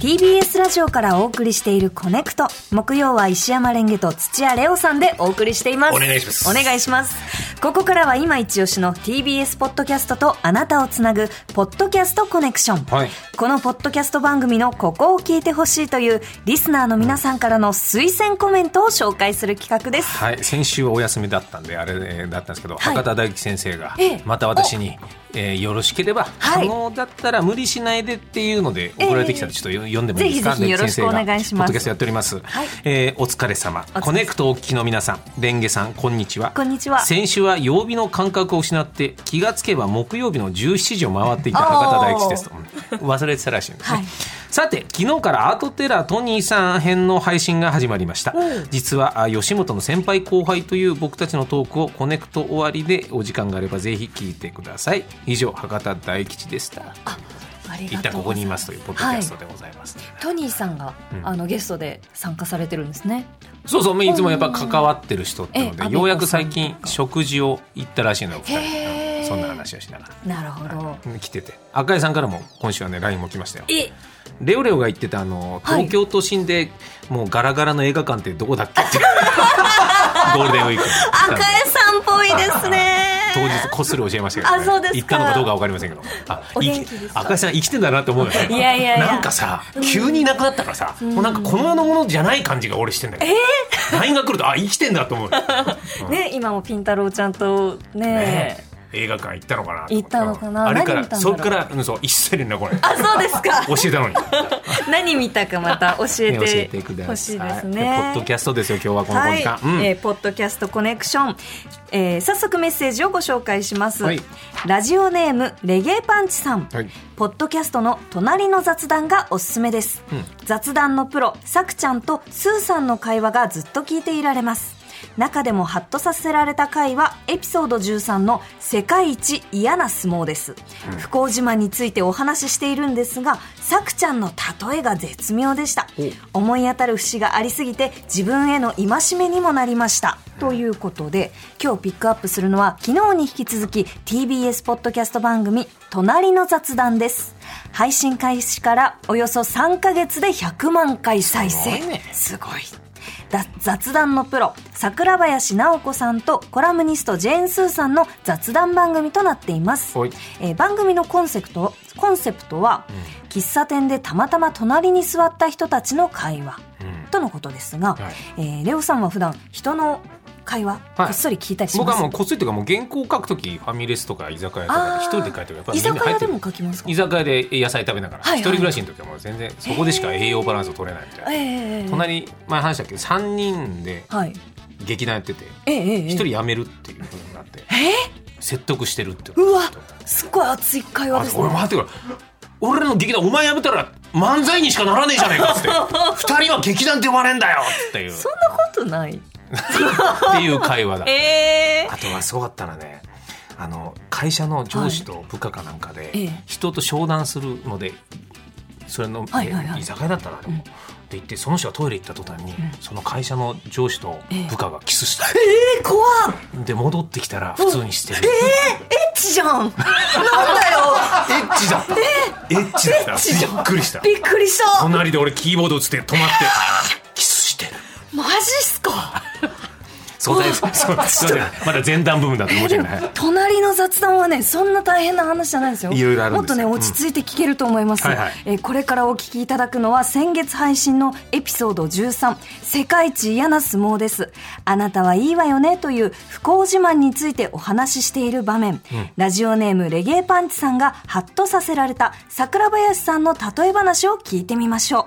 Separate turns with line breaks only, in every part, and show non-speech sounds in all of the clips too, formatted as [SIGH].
TBS ラジオからお送りしているコネクト。木曜は石山レンゲと土屋レオさんでお送りしています。
お願いします
お願いします。ここからは今一押しの TBS ポッドキャストとあなたをつなぐ、ポッドキャストコネクション。
はい
このポッドキャスト番組のここを聞いてほしいという、リスナーの皆さんからの推薦コメントを紹介する企画です。
はい、先週はお休みだったんであれえーだったんですけど、
はい
博多大樹先生が
ええ
また私に、えーよろしければ、
はい
可能だったら無理しないでっていうので送られてきたのでちょっとよ読んでもいいですか
ぜひぜひよろしくお願い
大樹
し
ポ
ます
ッドキャストやっております、
はい
えーお疲れ様
お疲れ様
コネクトお聞きの皆さんレンゲさんこんにちは
こんにちは
先週は曜日の感覚を失って気がつけば木曜日の17時を回っていた博多大吉ですとうん忘れてたらしいんですね、
はい
さて昨日からアートテラトニーさん編の配信が始まりました
うん
実はあ吉本の先輩後輩という僕たちのトークをコネクト終わりでお時間があればぜひ聞いてください以上博多大吉でした
あり
一旦ここにいますというポッドキャストでございます、
トニーさんが、
うん
あのゲストで参加されてるんですね。
そうそういつもやっぱ関わってる人っての
ええ
でようやく最近食事を行ったらしいのよお二
へ
人
え
うんそんな話をしながら。
なるほど。
来てて赤井さんからも今週はね LINE も来ましたよ
え、
レオレオが言ってたあの
はい
東京都心でもうガラガラの映画館ってどこだっ
[LAUGHS]
けってゴールデンウィークに
赤江さんっぽいです
[LAUGHS] 当
ね。
日こっそり教えましたけど、ね、
あそうですか
行ったのかどうかわかりませんけどあ
お元気
い
ですか
赤井さん生きてんだなって思うよね
いやいやいや
なんかさ急にいなくなったからさ、もうなんかこの世のものじゃない感じが俺してんだけど、LINE が来るとあ生きてんだと思うよ
ね、今もピンタロウちゃんとね
ね。映画館行ったのかなと思
行ったのかな
あれか
何見たんだ
ら
ろ
そうっからうんそう一切連絡来ない
あ、そうですか。 [LAUGHS]
教えたのに
何見たかまた教え
ね教え
て
てください
ほしいです
ポ
ね
ッ。ドキャストですよ今日はこの
は
5
い
時間、うん、
えーポッドキャストコネクション、えー早速メッセージをご紹介します、
はい
ラジオネームレゲエパンチさん、
はい
ポッドキャストの隣の雑談がおすすめです、
うん
雑談のプロさくちゃんとスーさんの会話がずっと聞いていられます中でもハッとさせられた回はエピソード13の「世界一嫌な相撲」です、不幸自慢についてお話ししているんですがさくちゃんの例えが絶妙でした思い当たる節がありすぎて自分への戒めにもなりましたということで今日ピックアップするのは昨日に引き続き TBS ポッドキャスト番組「隣の雑談」です配信開始からおよそ3ヶ月で100万回再生
すごいね
すごいだ雑談のプロ桜林直子さんとコラムニストジェーン・スーさんの雑談番組となっています
はい、
えー番組のコンセプトコンセプトは、喫茶店でたまたま隣に座った人たちの会話
うん
とのことですが、
は
え
い
ーレオさんは普段人の会話、
はい
こっそり聞いたりし
僕
ます
はもうこっそりというかもう原稿を書くときファミレスとか居酒屋とか
あー
で一人で書いてるから
居酒屋で
る
も書きますか
居酒屋で野菜食べながら
はいはい
一人暮らしの時はもう全然そこでしか栄養バランスを取れないみたいな、
えええ
隣前話したけど3人で
はい
劇団やってて
えええええ
一人辞めるっていうことになって説得してるって
うわすっごい熱い会話
あ
ですね
俺待ってから俺らの劇団お前辞めたら漫才にしかならねえじゃねえかっつって
[LAUGHS]
二人は劇団って呼ばれんだよっていうっ
そんなことない
ていう会話だ
ええ
[LAUGHS] あとはすごかったらねあの会社の上司と部下かなんかで、
ええ
人と商談するのでそれの、
はいはいはい
え居酒屋だったなでも、
うん
で行ってその人がトイレ行った途端に、
ん
その会社の上司と部下がキスした、
えー、怖っ
で戻ってきたら普通にして
エ
る、
ッチじゃんなんだよ
エッチだった、エッチだった
エッチじゃん
びっくりした
びっくりした
隣で俺キーボード打つって止まってキスしてる
マジっすか
そうですそうす
[LAUGHS]
いませんまだ前段部分だと申し [LAUGHS]
で
訳
も
ない
隣の雑談はねそんな大変な話じゃないですよ
いろいろあるんですよ
もっとね落ち着いて聞けると思います、
はいはい
えーこれからお聞きいただくのは先月配信のエピソード13「世界一嫌な相撲です」「あなたはいいわよね」という不幸自慢についてお話ししている場面、ラジオネームレゲエパンチさんがハッとさせられた桜林さんの例え話を聞いてみましょ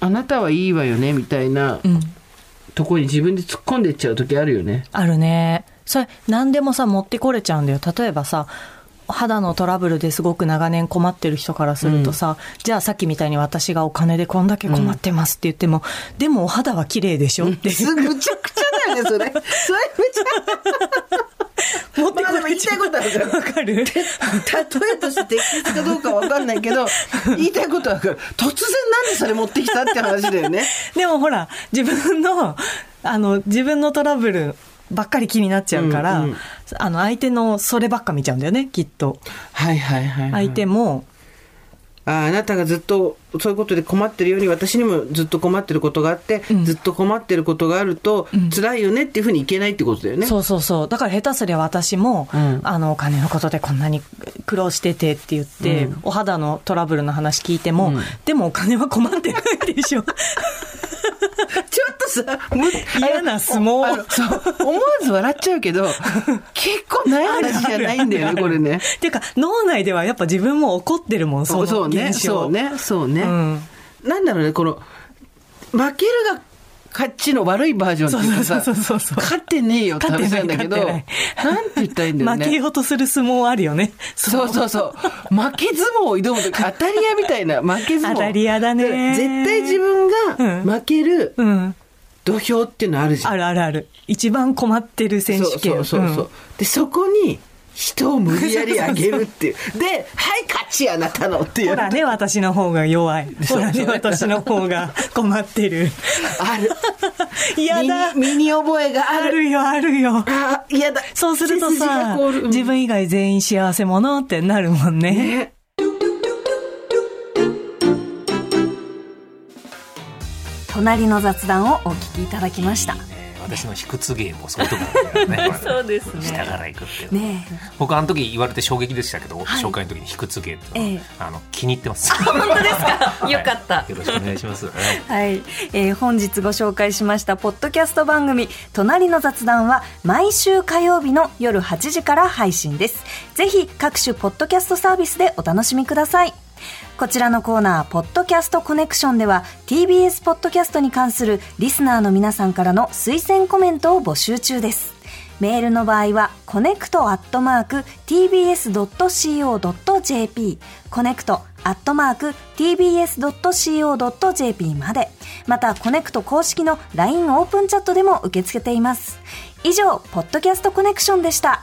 あなたはいいわよねみたいな
うん、
とこに自分で突っ込んでっちゃう時あるよね。
あるねそれ何でもさ持ってこれちゃうんだよ例えばさ肌のトラブルですごく長年困ってる人からするとさ、じゃあさっきみたいに私がお金でこんだけ困ってますって言っても、でもお肌は綺麗でしょって、
すぐちゃくちゃだよね、
[LAUGHS]
それ。それむちゃ
持って
まあ
こ
でも
れ
言い
ちゃ
たいことあるから
わかる
例えとして適切かどうかわかんないけ
[LAUGHS]
ど、言いたいことはわかる。突然なんでそれ持ってきたって話だよね。
[LAUGHS] でもほら自分のあの自分のトラブルばっかり気になっちゃうから、
うんうん
あの相手のそればっか見ちゃうんだよねきっと
はいはいはい、はい。
相手も、
ああなたがずっとそういうことで困ってるように私にもずっと困ってることがあって、ずっと困ってることがあると、辛いよねっていうふうにいけないってことだよね。
そうそうそう。だから下手すりゃ私も、
ん
あの、お金のことでこんなに苦労しててって言って、お肌のトラブルの話聞いても、でもお金は困ってないでしょ。
ちょっとさ、む
嫌な相撲
あのそう思わず笑っちゃうけ
[LAUGHS]
ど、結構ない話じゃないんだよね、これね。
っていうか、脳内ではやっぱ自分も怒ってるもん、その現象。
そうね、そうね、そうね。
うん
なんだろうね、この、負けるが勝ちの悪いバージョンっていうかさ、
そうそうそうそうそう
勝ってねえよって
勝って
話
な
ないんだけど、
勝
なん
っ
て
て
言ったらいいんだよ
負
ね。
けようとする相撲あるよね。
そうそうそう。負け相撲を挑むと当たり屋みたいな、負け相撲。
当たり屋だね
から絶対自分が負ける
うん。
土俵っていうのあるじゃん。
あるあるある。一番困ってる選手権。
そうそうそうそう、
ん
でそこに人を無理やりあげる
[LAUGHS]
っていうで「はい勝ちあなたの」っていう
ほらね、私の方が弱い。ほらね、私の方が困ってる。
ある [LAUGHS]
嫌だ。
身に身に覚えがあ
あ
る
るよ、あるよ。
あー嫌だ
そうすると
背筋が
さ
凍るう、ん
自分以外全員幸せ者ってなるもんね。
ね
隣の雑談をお聞きいただきました
えー私の卑屈芸もそういうとこなん
[LAUGHS]
だよねそうですね下からいくっていうの
ね
僕あの時言われて衝撃でしたけど、
はい
紹介の時に卑屈芸って
え
いう
え
のはあの気に入っ
[LAUGHS]
てます
本当ですか
はい
よか [LAUGHS] った
よろしくお願いします、は
[LAUGHS]
い
はい、えー本日ご紹介しましたポッドキャスト番組「隣の雑談」は毎週火曜日の夜8時から配信ですぜひ各種ポッドキャストサービスでお楽しみくださいこちらのコーナー「ポッドキャストコネクション」では TBS ポッドキャストに関するリスナーの皆さんからの推薦コメントを募集中ですメールの場合は、コネクトアットマーク tbs.co.jp、コネクトアットマーク tbs.co.jp まで、また、コネクト公式の LINE オープンチャットでも受け付けています。以上、ポッドキャストコネクションでした。